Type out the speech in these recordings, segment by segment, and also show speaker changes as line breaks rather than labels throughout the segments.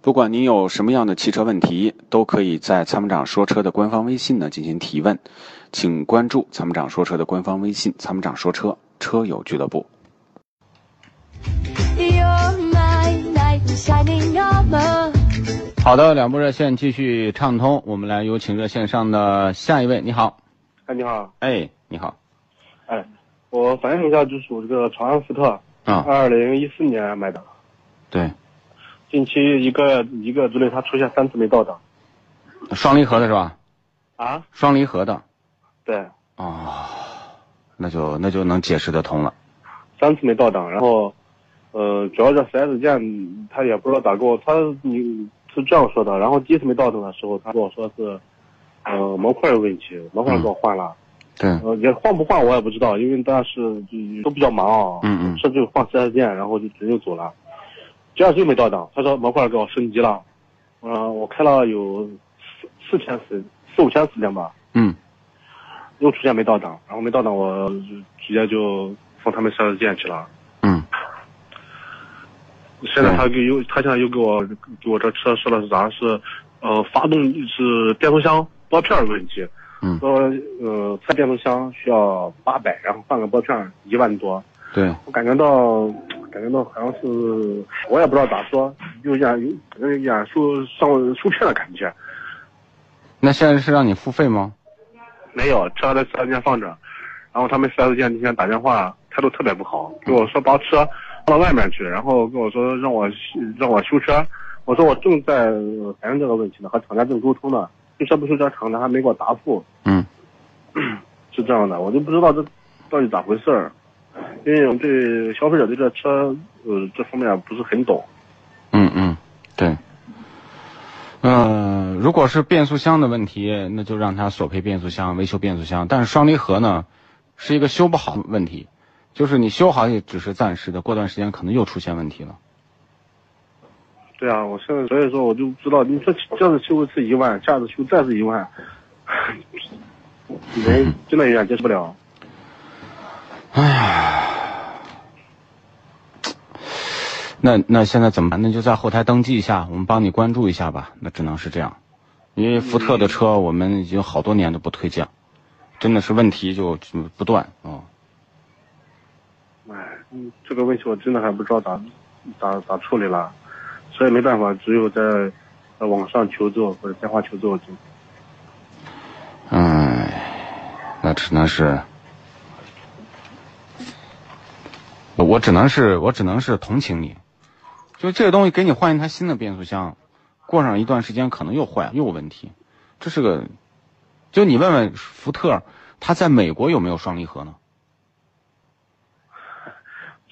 不管您有什么样的汽车问题，都可以在参谋长说车的官方微信呢进行提问，请关注参谋长说车的官方微信“参谋长说车车友俱乐部
You're my knight in shining armor. ”。
好的，两部热线继续畅通，我们来有请热线上的下一位。你好，
哎，你好，
哎，你好，
哎，我反映一下，就是我这个长安福特，
啊，
二零一四年买的，
对，
近期一个一个月之内它出现三次没到档。
双离合的是吧？
啊，
双离合的，
对，
哦，那就那就能解释得通了。
三次没到档，然后，呃，主要这 4S 店他也不知道咋给我，他你是这样说的，然后第一次没到档的时候，他跟我说是，呃，模块有问题，模块给我换了，
对，
呃，也换不换我也不知道，因为当时就都比较忙啊，
嗯嗯
甚至换 4S 店，然后就直接就走了。第二次又没到档，他说模块给我升级了，嗯、我开了有四四天时四五天时间吧，
嗯，
又出现没到档，然后没到档我就直接就送他们 4S 店去了。
嗯，
现在他给又他现在又给我给我这车说的是啥是，呃，发动是变速箱拨片儿有问题，
嗯
说呃换变速箱需要八百，然后换个拨片儿一万多，
对，
我感觉到感觉到好像是我也不知道咋说，有点有感觉有点受上受骗的感觉，
那现在是让你付费吗？
没有车在四 S 店放着，然后他们四 S 店那天打电话态度特别不好，给我说把车放到外面去，然后跟我说让我修让我修车，我说我正在呃反映这个问题呢，和厂家正沟通呢，修车不修车厂家还没给我答复，
嗯，
是这样的，我就不知道这到底咋回事儿，因为我对消费者对这车呃这方面不是很懂，
嗯嗯，对。嗯、如果是变速箱的问题，那就让他索赔变速箱、维修变速箱。但是双离合呢，是一个修不好的问题，就是你修好也只是暂时的，过段时间可能又出现问题了。
对啊，我现在所以说我就不知道，你这这次修一次一万，下次修再是一万， 人真的有点接受不了。
那那现在怎么办？那就在后台登记一下，我们帮你关注一下吧。那只能是这样，因为福特的车我们已经好多年都不推荐，真的是问题就就不断啊、哦
哎，嗯这个问题我真的还不知道咋咋咋处理了，所以没办法，只有在呃网上求助或者电话求助。就
嗯，那只能是，我我只能是我只能是同情你，就这个东西给你换一台新的变速箱，过上一段时间可能又坏又有问题，这是个，就你问问福特，他在美国有没有双离合呢？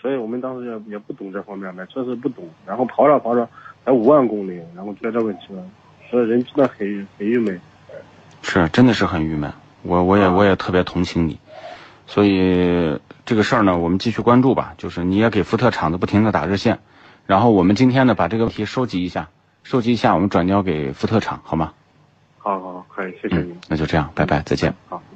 所以我们当时也也不懂这方面，买车是不懂，然后跑着跑着才五万公里，然后出现这问题了，所以人真的很很郁闷。
是，真的是很郁闷。我我也我也特别同情你，所以这个事儿呢，我们继续关注吧。就是你也给福特厂子不停的打热线，然后我们今天呢把这个问题收集一下，收集一下，我们转交给福特厂，好吗？
好好，可以，谢谢你嗯
嗯，，那就这样，拜拜，再见。
好，嗯。